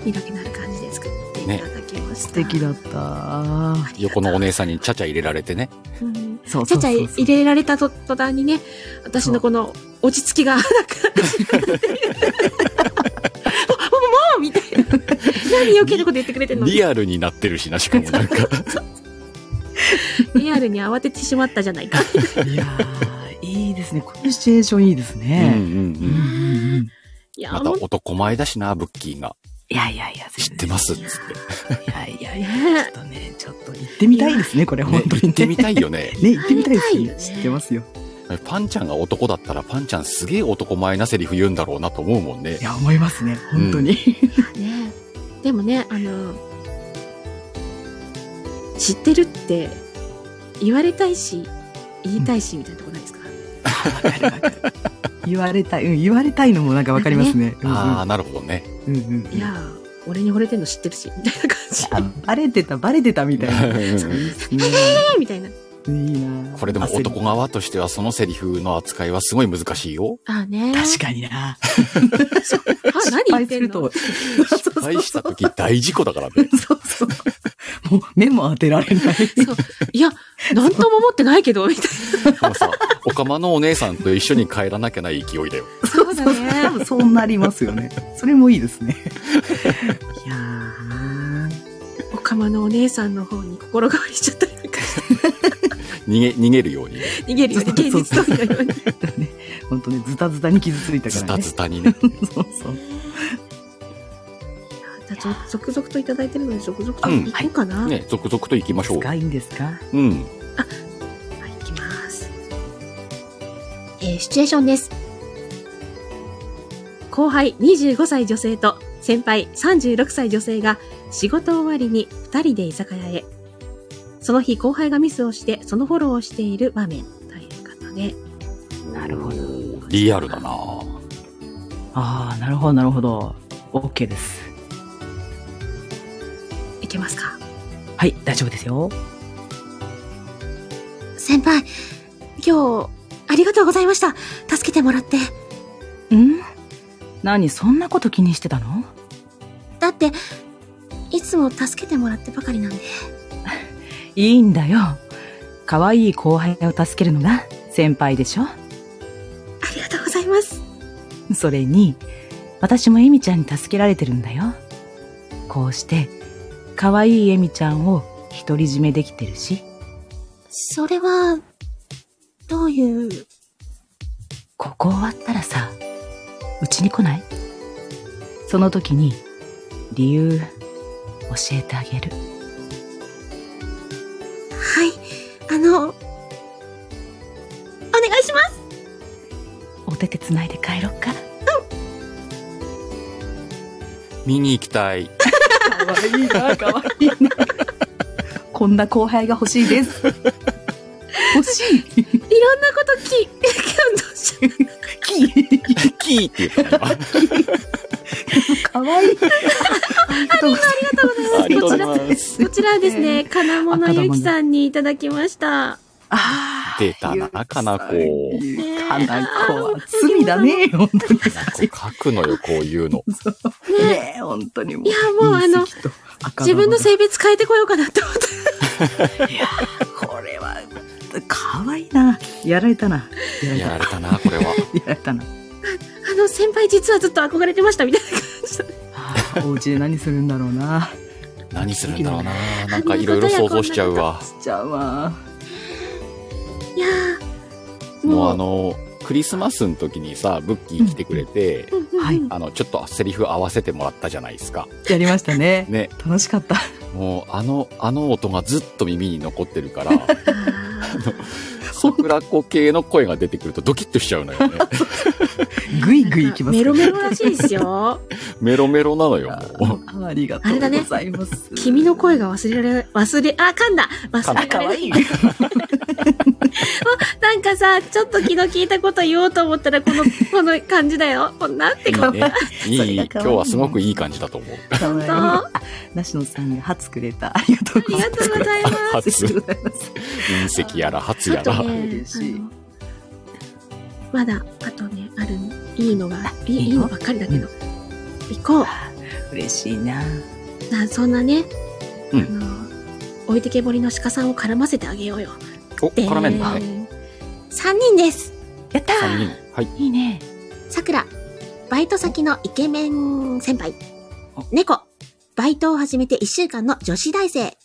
S1: 色気のある感じで作っていただきました。
S3: 素敵だった。
S1: ありがと
S2: 横
S1: う
S2: のお姉さんにちゃちゃ入れられてね。
S1: うん
S3: そう
S1: ち
S3: そ
S1: ゃ
S3: う
S1: ちゃ
S3: そうそう
S1: 入れられたと途端にね、私のこの落ち着きがなくな ってしまってもうもうみたいな。何余計なこと言ってくれてるの
S2: リアルになってるしな、しかもなんか。
S1: リアルに慌ててしまったじゃない か。
S3: いやーいいですね。このシチュエーションいいです
S2: うんうんう
S3: ね。うん
S2: ん。
S3: うんうん
S1: いや、
S2: ま
S1: も
S2: た
S1: う
S2: 男前だしな、ブッキーが。
S3: いやいやいや、
S2: 知ってますっつっ
S3: いやいやい
S1: ね
S3: や、ちょっとね、 ちょっと行ってみたいですね、これ、
S2: て。
S3: 本
S2: ね、
S3: 当に、ね。
S2: 行ってみたいよね。
S3: ね、行ってみたいです
S1: 行ってみたい
S3: ね。
S1: よね
S3: 知ってますよ。
S2: パンちゃんが男だったらパンちゃんすげえ男前なセリフ言うんだろうなと思うもんね
S3: い。や、思いますね、本当に。
S1: ね、でもね、あの、知ってるって言われたいし、言いたいし、みたいなとこないですか、
S3: わかるわかる言われたい、 うん、言われたいのもなんかわかります ね。うんうん
S2: ああ、なるほど ね。
S3: うんうん
S1: いやー、俺に惚れてんの知ってるし、みたいな感じ。
S3: あバレてた、バレてたみたいな。
S2: うん
S3: そうですね
S1: みたいな。
S3: いいな
S2: これでも
S3: 焦り
S2: 男側としてはそのセリフの扱いはすごい難しい よ。
S1: あね。
S3: 確かにな
S1: あ、何
S3: 失
S1: 言っ
S3: 敗
S1: て
S3: す
S1: ん
S3: る
S1: の
S3: と
S2: 失敗した時大事故だからね。
S3: そうそうもう目も当てられない
S1: そう。いや、なんとも思ってないけど、みたい
S2: もうさ、おかまのお姉さんと一緒に帰らなきゃない勢いだよ。
S1: な。そうだ
S3: 多
S1: ね。
S3: 分 そうなりますよねそれもいいですねいやー
S1: おかまのお姉さんの方に心変わりしちゃったりなんかして
S2: 逃げ、逃げるようにね、
S1: 逃げるよね。現実逃避のように。
S3: ね、本当ね、ズタズタに傷ついたか
S2: ズ
S3: ら
S2: タ
S3: ね。
S2: ズタに ね。
S3: そうそう。
S1: じゃあ続々といただいてるので、続々と行こうかな。
S2: ね、続々と行きましょう。
S3: がいいんですか
S2: うん。
S1: はい、行きます。えーシチュエーションです。後輩25歳女性と先輩36歳女性が仕事終わりに2人で居酒屋へ。その日後輩がミスをしてそのフォローをしている場面ということで。
S3: なるほど。
S2: リアルだな
S3: ああ、なるほど、なるほど。OK です。
S1: いけますか
S3: はい、大丈夫ですよ。
S1: 先輩、今日ありがとうございました。助けてもらって。
S3: ん何、そんなこと気にしてたの
S1: だって、いつも助けてもらってばかりなんで。
S3: いいんだよ。可愛い後輩を助けるのが先輩でしょ
S1: ありがとうございます。
S3: それに、私もエミちゃんに助けられてるんだよ。こうして、可愛いエミちゃんを独り占めできてるし。
S1: それは、どういう、
S3: ここ終わったらさ、うちに来ないその時に、理由、教えてあげる。
S1: はい、あの、お願いします
S3: お手手繋いで帰ろっか。
S2: 見に行きたい。
S3: かわいいな、かわいいな。 こんな後輩が欲しいです。欲し い。
S1: い ろんなことき、感動しちゃ
S2: キーって言ったか
S3: かわいい。ありがとうございます。
S2: 今。ありがとうございます。
S1: うこちらですね、金物ゆきさんにいただきました。
S3: あー
S2: 出たなかなこ
S3: かなこは罪だね、本当に。
S2: なんか 書くのよ、こういう の。
S3: ねえ、本当にもう。
S1: いやもうあの
S3: 隕石と赤
S1: 自分の
S3: い。
S1: 性別変えてこようかなって思った。
S3: いやこれは、かわいいな。やられたな。やられ
S2: やら
S3: たな。
S2: れたな、これは。
S3: やられたな。
S1: あの、先輩実はずっと憧れてましたみたいな感じだね
S3: あーお家で何するんだろうな。
S2: 何するんだろうななんかいろいろ想像しちゃうわ。
S3: しちゃうわ。
S1: いやー、
S2: もうあ、の、クリスマスの時にさ、ブッキー来てくれて、
S1: うんうんうん
S3: はい
S2: あの、ちょっとセリフ合わせてもらったじゃないですか。
S3: やりましたね。
S2: ね、
S3: 楽しかった。
S2: もうあの、あの音がずっと耳に残ってるから、
S1: あー
S2: 桜子系の声が出てくるとドキッとしちゃうのよね。
S3: ぐいぐい行きます
S1: メ
S3: ね、
S1: ロメロらしいですよ。
S2: メロメロなのよ、 もう。
S3: あーありがとうございます。
S1: 君の声が忘れられ、忘れ、あ、噛んだ忘れ
S3: あ、
S1: ら
S3: か
S1: れ
S3: わ
S1: ない
S3: い。
S1: なんかさ、ちょっと気の利いたこと言おうと思ったら、この、 この感じだよ。こんなんて
S2: い
S1: か
S2: い
S1: わいい。
S2: ね。い
S3: そ
S2: い、今
S3: れが
S2: 日
S3: 可愛い
S2: はすごくいい感じだと思う。
S3: かわいい。
S1: 本
S3: あ梨野さんが初くれた。ありがとうございます。
S1: ありがとうございます
S3: ありがとうございます。
S2: 隕石やら、初や
S1: あと
S2: ら。
S1: ね
S3: 嬉しい
S1: あのまだあとねあるいいのがいい
S3: いいの
S1: いいのばっかりだけど、行こ
S3: 嬉しいな。
S1: うなそんなね、
S2: うん
S1: あの置いてけぼりの鹿さんを絡ませてあげようよ
S2: お、絡めんのね。
S1: 3人です
S3: やった
S2: 3
S3: ー
S2: 人。はい。
S3: いいね。
S1: さくらバイト先のイケメン先輩
S3: お
S1: 猫バイトを始めて1週間の女子大生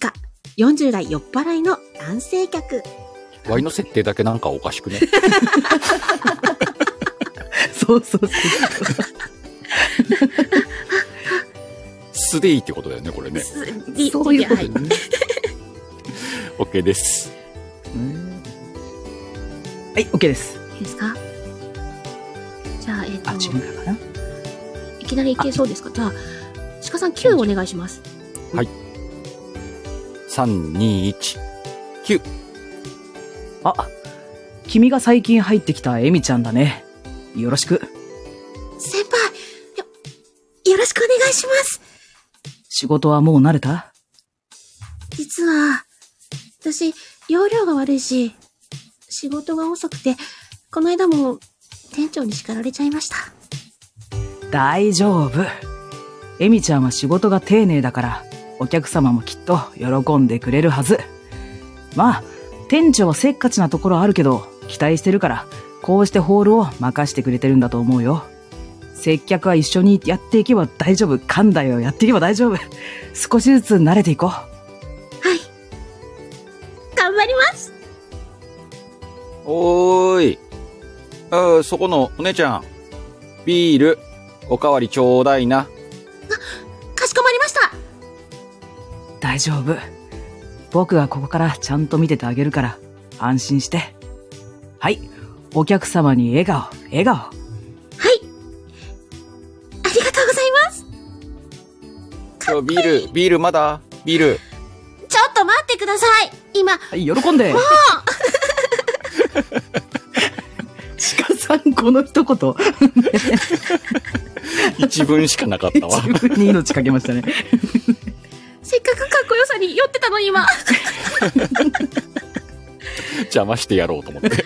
S1: 鹿40代酔っ払いの男性客
S2: ワイの設定だけなんかおかしくね。
S3: そうそうそう。
S2: 素でいいってことだよね、これね。
S1: す
S3: そういうこ
S1: は
S3: と
S1: い
S3: ね。
S2: OK です。
S3: うんはい、OK です。
S1: いいですかじゃあ、えっ、
S3: あ、自分
S1: と、
S3: からかな。
S1: いきなりいけそうですかじゃあ、鹿さん9お願いします。
S2: 3、2、1。
S3: あ、君が最近入ってきたエミちゃんだね。よろしく。
S1: 先輩よ、よろしくお願いします
S3: 仕事はもう慣れた
S1: 実は、え私、容量が悪いし、仕事が遅くて、この間も店長に叱られちゃいました。
S3: 大丈夫。エミちゃんは仕事が丁寧だから、お客様もきっと喜んでくれるはず。まあ、店長はせっかちなところあるけど、期待してるから、こうしてホールを任してくれてるんだと思うよ。接客は一緒にやっていけば大丈夫。噛んだよ。やっていけば大丈夫。少しずつ慣れていこう。
S1: はい。頑張ります
S2: おーい。あーそこのお姉ちゃん。ビール、おかわりちょうだいな。
S1: かしこまりました
S3: 大丈夫。僕がここからちゃんと見ててあげるから、安心して。はい。お客様に笑顔、笑顔。
S1: はいありがとうございます
S2: ちょビール、ビールまだビール。
S1: ちょっと待ってください今、
S3: はい、喜んで。 鹿さん、この一言、
S2: 一文しかなかった わ。
S3: 自分に命かけましたね。
S1: せっかくかっこよさに酔ってたのに今。ね、
S2: 邪魔してやろうと思って。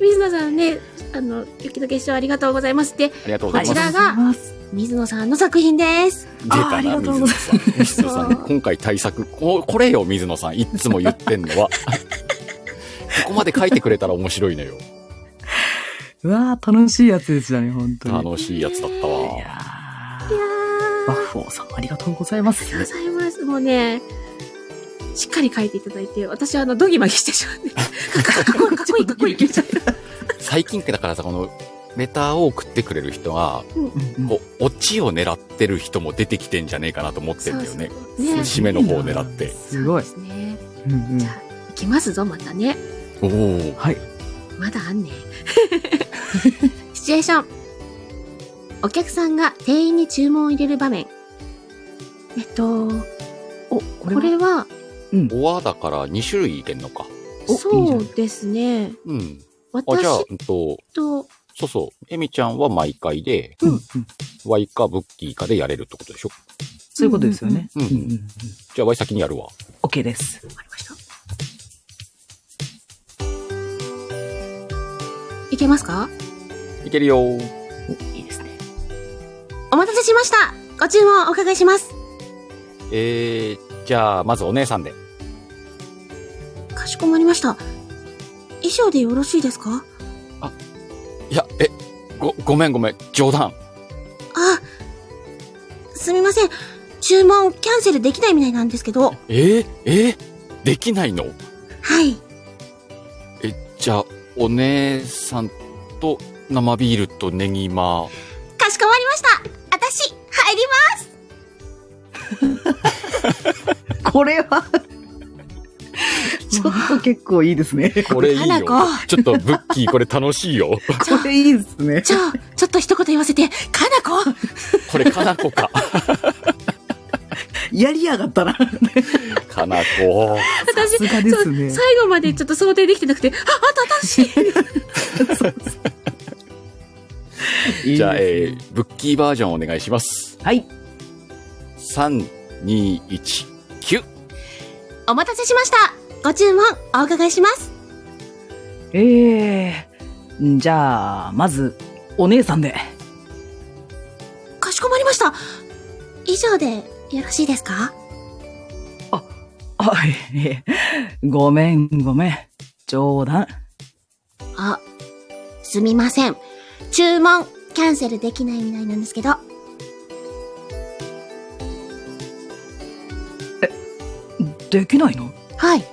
S1: 水野さんね、あの、雪の結晶ありがとうございます。で、
S2: ありがとうご
S1: こ
S2: ざ
S1: ち
S2: います。
S1: らが水野さんの作品です。
S2: 出た
S3: あーあ
S2: な、
S3: りがと
S2: 水
S3: うご
S2: 野
S3: ざい
S2: さん。水野さん、
S1: そう
S2: 今回対策、ここれよ、水野さん。いっつも言ってんの は。ここまで書いてくれたら面白いのよ。
S3: うわー、楽しいやつでしたね、本当に。
S2: 楽しいやつだった
S3: い
S2: わ。
S3: や
S1: いや
S3: ーワッ
S1: ー。
S3: フォーさん、ありがとうございま
S1: ありが
S3: す。
S1: とうございます。もうね、しっかり書いていただいて、私はあの、ドギマギしてしまって、 かっこいい、かっこいい、かっこいい。
S2: 最近ってだからさ、この、レターを送ってくれる人が、
S3: うんうん
S2: こう、オチを狙ってる人も出てきてんじゃねえかなと思ってんだよね。
S1: そうそうね
S2: 締めの方を狙って。
S3: すごい
S1: そ。うですね。
S3: うんうん
S1: じゃ行きますぞ、またね。
S2: おお。
S3: はい。
S1: まだあんねん。 シチュエーション。お客さんが店員に注文を入れる場面。えっと、
S3: お、これ
S1: これは、
S2: おわだから2種類いけんのか。
S3: おいいじゃ
S1: そ
S3: な
S1: う
S3: い
S1: ですね。
S2: うん。あ、じゃあ
S1: 私、
S2: うんと、
S1: と、
S2: そうそう。エミちゃんは毎回で、
S3: うんうん
S2: ワイかブッキーかでやれるってことでしょ
S3: そういうことですよね。
S2: うんうん
S3: うんうんうん
S2: じゃあワイ先にやるわ。
S3: OK です。
S1: わかりました。いけますか
S2: いけるよー。
S1: いいですね。お待たせしましたご注文お伺いします
S2: えー、じゃあ、まずお姉さんで。
S1: かしこまりました。衣装でよろしいですか
S2: いや、え、ご、ごめんごめん。冗談。
S1: あ、すみません。注文キャンセルできないみたいなんですけど。
S2: えー、えーできないの
S1: はい。
S2: え、じゃあ、お姉さんと生ビールとネギマ。
S1: かしこまりました。私、入りま
S3: これはちょっと結構いいですね。
S2: これいいよ
S1: 花子。
S2: ちょっとブッキーこれ楽しいよ。
S1: じゃあ
S3: これいいですね。
S1: じゃあ、ちょっと一言言わせて、かなこ
S2: これかなこか。
S3: やりやがったな。
S2: かなこ。
S1: 私、
S3: さすがですね
S1: そう最後までちょっと想定できてなくて、あ、あと私
S3: いいですね
S2: じゃあ、えー、ブッキーバージョンお願いします。
S3: はい。
S2: 3、2、1、9。
S1: お待たせしました。ご注文、お伺いします。
S3: ええじゃあ、まず、お姉さんで。
S1: かしこまりました。以上で、よろしいですか
S3: はい。えーごめん、ごめん。冗談。
S1: あ、すみません。注文、キャンセルできないみたいなんですけど。
S3: できないの
S1: はい。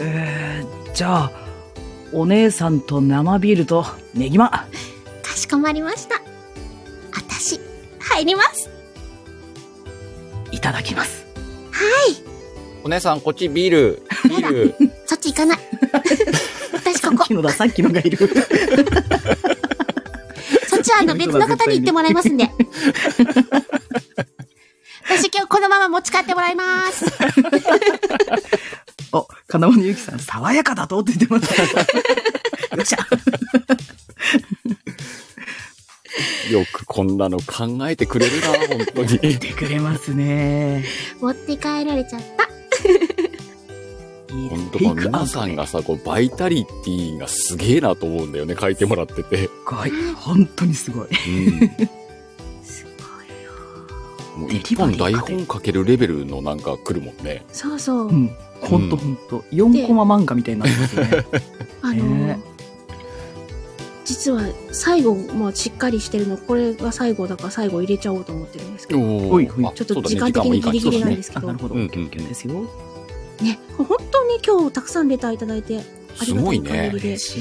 S3: えー、じゃあ、お姉さんと生ビールとネギマ。
S1: かしこまりました。私、入ります。
S3: いただきます。
S2: お姉さん、こっちビール。ビール。
S1: そっち行かない。私こ
S3: さ っ
S1: こ
S3: き。のだ、さっきのがいる。
S1: そっちはあの別の方に行ってもらいますんで。私今日このまま持ち帰ってもらいます。
S3: お、金物ゆきさん、爽やかだとって言って ました。よっしゃ。
S2: よくこんなの考えてくれるな、本当 に。
S3: てくれますね。
S1: 持って帰られちゃった。
S3: いいで
S2: 本
S3: す
S2: 当この皆さんがさ、こう、バイタリティがすげえなと思うんだよね、書いてもらっ てて。
S3: すごい。本当にすごい。
S1: すごいよ。
S2: うん。もう一本台本書けるレベルのなんか来るもんね。
S1: そうそう。
S3: うん。ほんとほんと。4コマ漫画みたいになってますよね。
S1: あの
S3: ね
S1: 実は最後、まあ、しっかりしてるの、これが最後だから最後入れちゃおうと思ってるんですけど、
S2: お
S3: おいおい
S2: あ
S1: ちょっと
S2: そうだね
S1: 時間的にギリギ
S2: 時
S1: リ
S2: 間
S1: なん
S2: もいい感じ
S1: ですけ
S3: あ、
S1: ど、
S3: なるほど。
S2: うん
S3: OKOK ですよ。
S1: ね、本当に今日たくさんレターいただいて、あ
S2: す
S1: りが
S2: ご
S1: た
S2: い
S1: い限
S2: ね
S1: り。で、
S3: し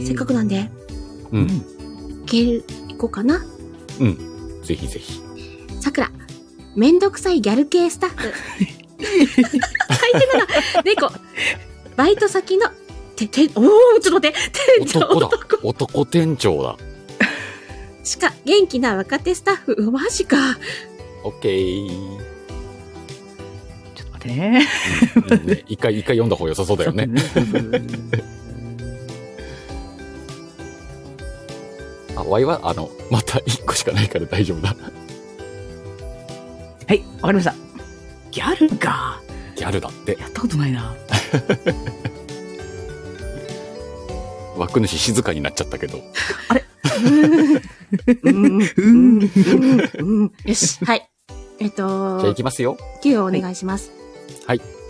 S2: う
S1: せっかくなんで。
S2: う。
S3: うんん。
S1: いける、いこうかな。
S2: ぜひぜひ。
S1: さくら、めんどくさいギャル系スタッフ。書いてたら、猫、バイト先の、て、て、おー、 ちょっと待って、店長
S2: 男だ。男店長だ。
S1: しか元気な若手スタッフ、うわマジか。
S2: オッケー。
S3: ちょっと待って
S2: う
S3: ね。
S2: んね一回、一回読んだ方が良さそうだよね。
S3: ちょっとね。
S2: あ、ワイは、あの、また一個しかないから大丈夫だ。
S3: はい、わかりました。ギャルか。
S2: ギャルだって。
S3: やったことないな。
S2: 枠主静かになっちゃったけど。
S3: うん。
S1: よ し、はい。えっ
S2: じゃあ行
S1: と、
S2: きますよ。
S1: 9をお願いします。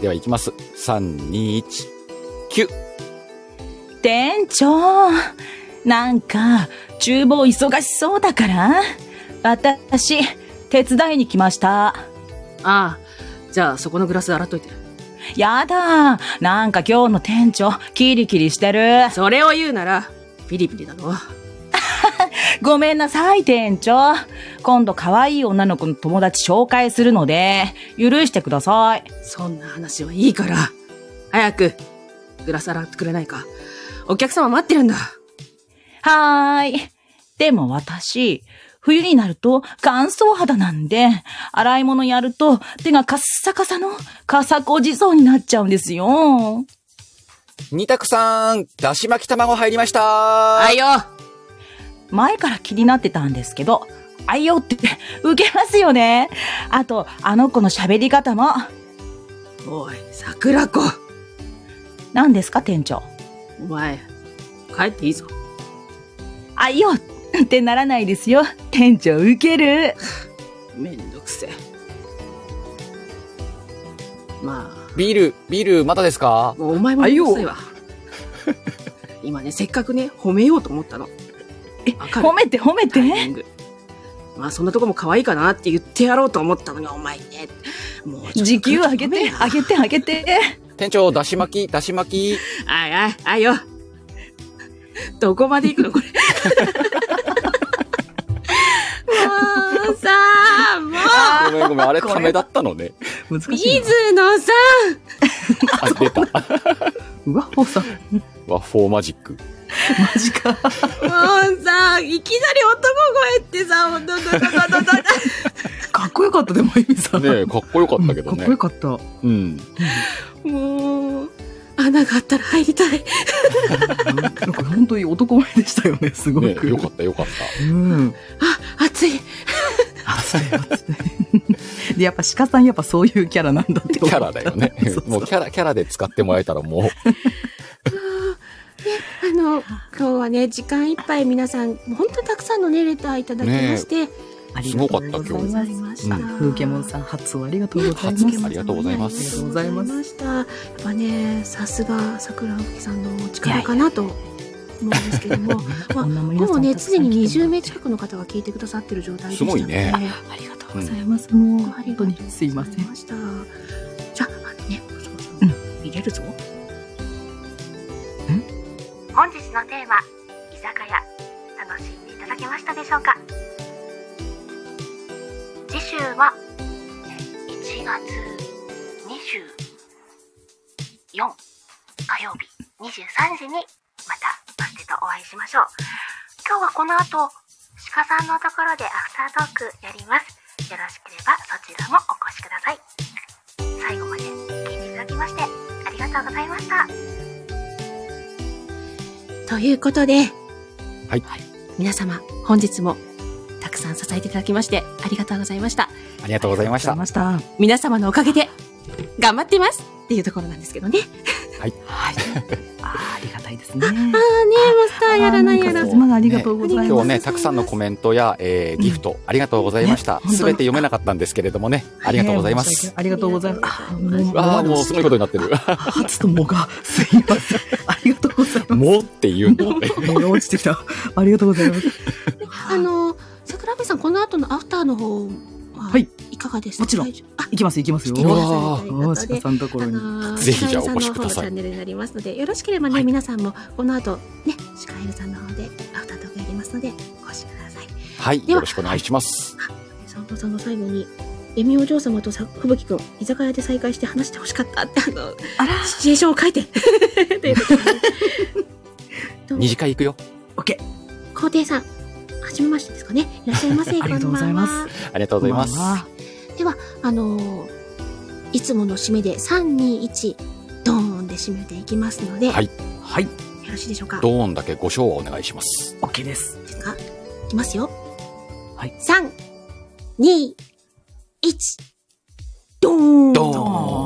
S2: では行きます。3、2、1、9。
S3: 店長、なんか、厨房忙しそうだから、私、手伝いに来ました。
S4: ああ、じゃあそこのグラス洗っといて。
S3: やだ、なんか今日の店長、キリキリしてる。
S4: それを言うなら、ビリビリだろ。
S3: ごめんなさい、店長。今度可愛い女の子の友達紹介するので、許してください。
S4: そんな話はいいから。早く、グラス洗ってくれないか。お客様待ってるんだ。
S3: はーい。でも私、冬になると乾燥肌なんで、洗い物やると手がカッサカサのカサコ地蔵になっちゃうんですよ。
S2: 二択さん、だし巻き卵入りました
S4: はいよ
S3: 前から気になってたんですけど、あいよって受けますよね。あと、あの子の喋り方も。
S4: おい、桜子。
S3: 何ですか、店長。
S4: お前、帰っていいぞ。
S3: あいよってならないですよ。店長受ける。
S4: めんどくせえ。ま
S2: ビール、ビール、まだですか
S4: あ、もうお前もめんどくさいわ。今ね、せっかくね、褒めようと思ったの。
S3: え、
S4: わかる
S3: 褒めて褒めて
S4: タイ。ミング。まあそんなとこも可愛いかなって言ってやろうと思ったのにお前ね。もうちょっと
S3: 時給上げて、
S4: ちょっと
S3: 上げて、上げて。
S2: 店長、だし巻き、だし巻き。
S4: あいあい、あいよ。どこまで行くのこれ。もうさあ、 もう、
S2: ごめんごめん、あれ、ためだったのね。
S3: 難しいな。
S4: 水野さ
S2: あ、出た。
S3: うわ、ほうさん、
S2: ワッフォーマジック。
S3: マジか。
S4: ん、もうさ、いきなり男声ってさ、もうどどどどどど
S3: かっこよかった、でも、エミさん。
S2: ねえ、かっこよかったけど
S3: うんか
S2: ね
S3: っこ。よかった。
S2: うん。
S4: ど。もう、穴があったら入りたい。
S3: なんか本当に男前でしたよね、すご
S2: ね
S3: く。
S2: えよかったよかった。
S3: うん。
S4: あ、熱 い。
S3: あ、そういうで、やっぱ鹿さんやっぱそういうキャラなんだっ
S2: キ
S3: て
S2: ャラだ よね
S3: そうそう。
S2: もうキャラ、キャラで使ってもらえたらもう、
S1: あの、今日はね、時間いっぱい皆さん、本当にたくさんのね、レターいただきまして、
S3: あり
S2: す
S3: が
S2: ご
S3: と
S2: か
S3: う
S2: った
S3: ござ
S2: 今
S3: い
S2: 日。
S3: ます。
S1: ま
S2: う
S3: 風景もんさん、初をありがとうございま
S2: 初
S3: す。
S2: ありがとうございます
S3: ありがとうございます
S1: ありがとうございました。やっぱね、さすが桜吹さんのお力かなと思うんですけども、
S3: こんな皆
S1: も
S3: さ
S1: うんね、
S3: たくさ
S1: 常
S3: ん来てもらって
S1: に20名近くの方が聞いてくださってる状態でしたので、
S2: すごいね
S3: ありがとうございます。もう、本当にすいません。
S1: ました。じゃあ、あのね、そろそろ入れるぞ。
S5: 本日のテーマ居酒屋楽しんでいただけましたでしょうか次週は1月24火曜日23時にまたバステとお会いしましょう今日はこの後鹿さんのところでアフタートークやりますよろしければそちらもお越しください最後まで聞いていただきましてありがとうございました
S1: ということで、
S2: はい
S1: 皆様、本日も
S4: さん支えていただきまして、ありがとうございました。
S2: ありがとうございました。
S3: ました。
S4: 皆様のおかげで、頑張っていますっていうところなんですけどね。
S3: はい。あーありがたいですね。
S1: あーねマスターやらないやら
S3: あーんかそうまだありがとうございます。
S2: 今日ね、たくさんのコメントや、えーギフト、ありがとうございました。
S3: ね
S2: すべて読めなかったんですけれどもね、ありがとうございま
S3: ね申し
S2: す。
S3: 訳ありがとうございます。あー
S2: ああ、もうすごいことになってる。
S3: 初ともが、すいません。ありがとうございます。
S2: もうって言うんだ。
S3: もが落ちてきた。ありがとうございます。
S1: あの、桜部さん、この後のアフターの方は、
S3: はいい、
S1: かがですか
S3: もちろん。
S1: 大
S3: い
S1: 丈夫あ、
S3: きます、いきますよ。
S1: 来てくださいという
S3: お
S1: こ
S3: お、
S1: と
S3: 鹿
S1: で。
S3: さんのところ
S1: あ
S3: に。
S1: のー
S2: ぜひじゃあ
S1: シカエル
S2: お越しください
S1: さんの方のチャンネルになりますので、よろしければね、
S2: はい
S1: 皆さんもこの後ね、シカエルさんの方でアフタートークやりますので、お越しください。
S2: はい、
S1: では
S2: よろしくお願いします。
S1: サンボさんが最後に、エミお嬢様とさ吹雪くん、居酒屋で再会して話してほしかったって、あの、
S3: あら
S1: シチュエーションを 書いて。ということでどうも
S2: 二次会行くよ。
S3: オッケ
S1: 皇帝さん、はじめましてですかね。いらっしゃい ませ。
S3: ありがとうございます
S1: こんばんは
S2: ありがとうございます。
S3: あ
S1: あのーいつもの締めで3、2、1、ドーンで締めていきますので、
S2: はい
S3: はい、
S1: よろしいでしょうか。
S2: ドーンだけご賞をお願いします。
S3: オッケーです。
S1: ですかいきますよ。
S3: はい
S1: 3、2、1、ドーン
S2: ドーン
S3: ド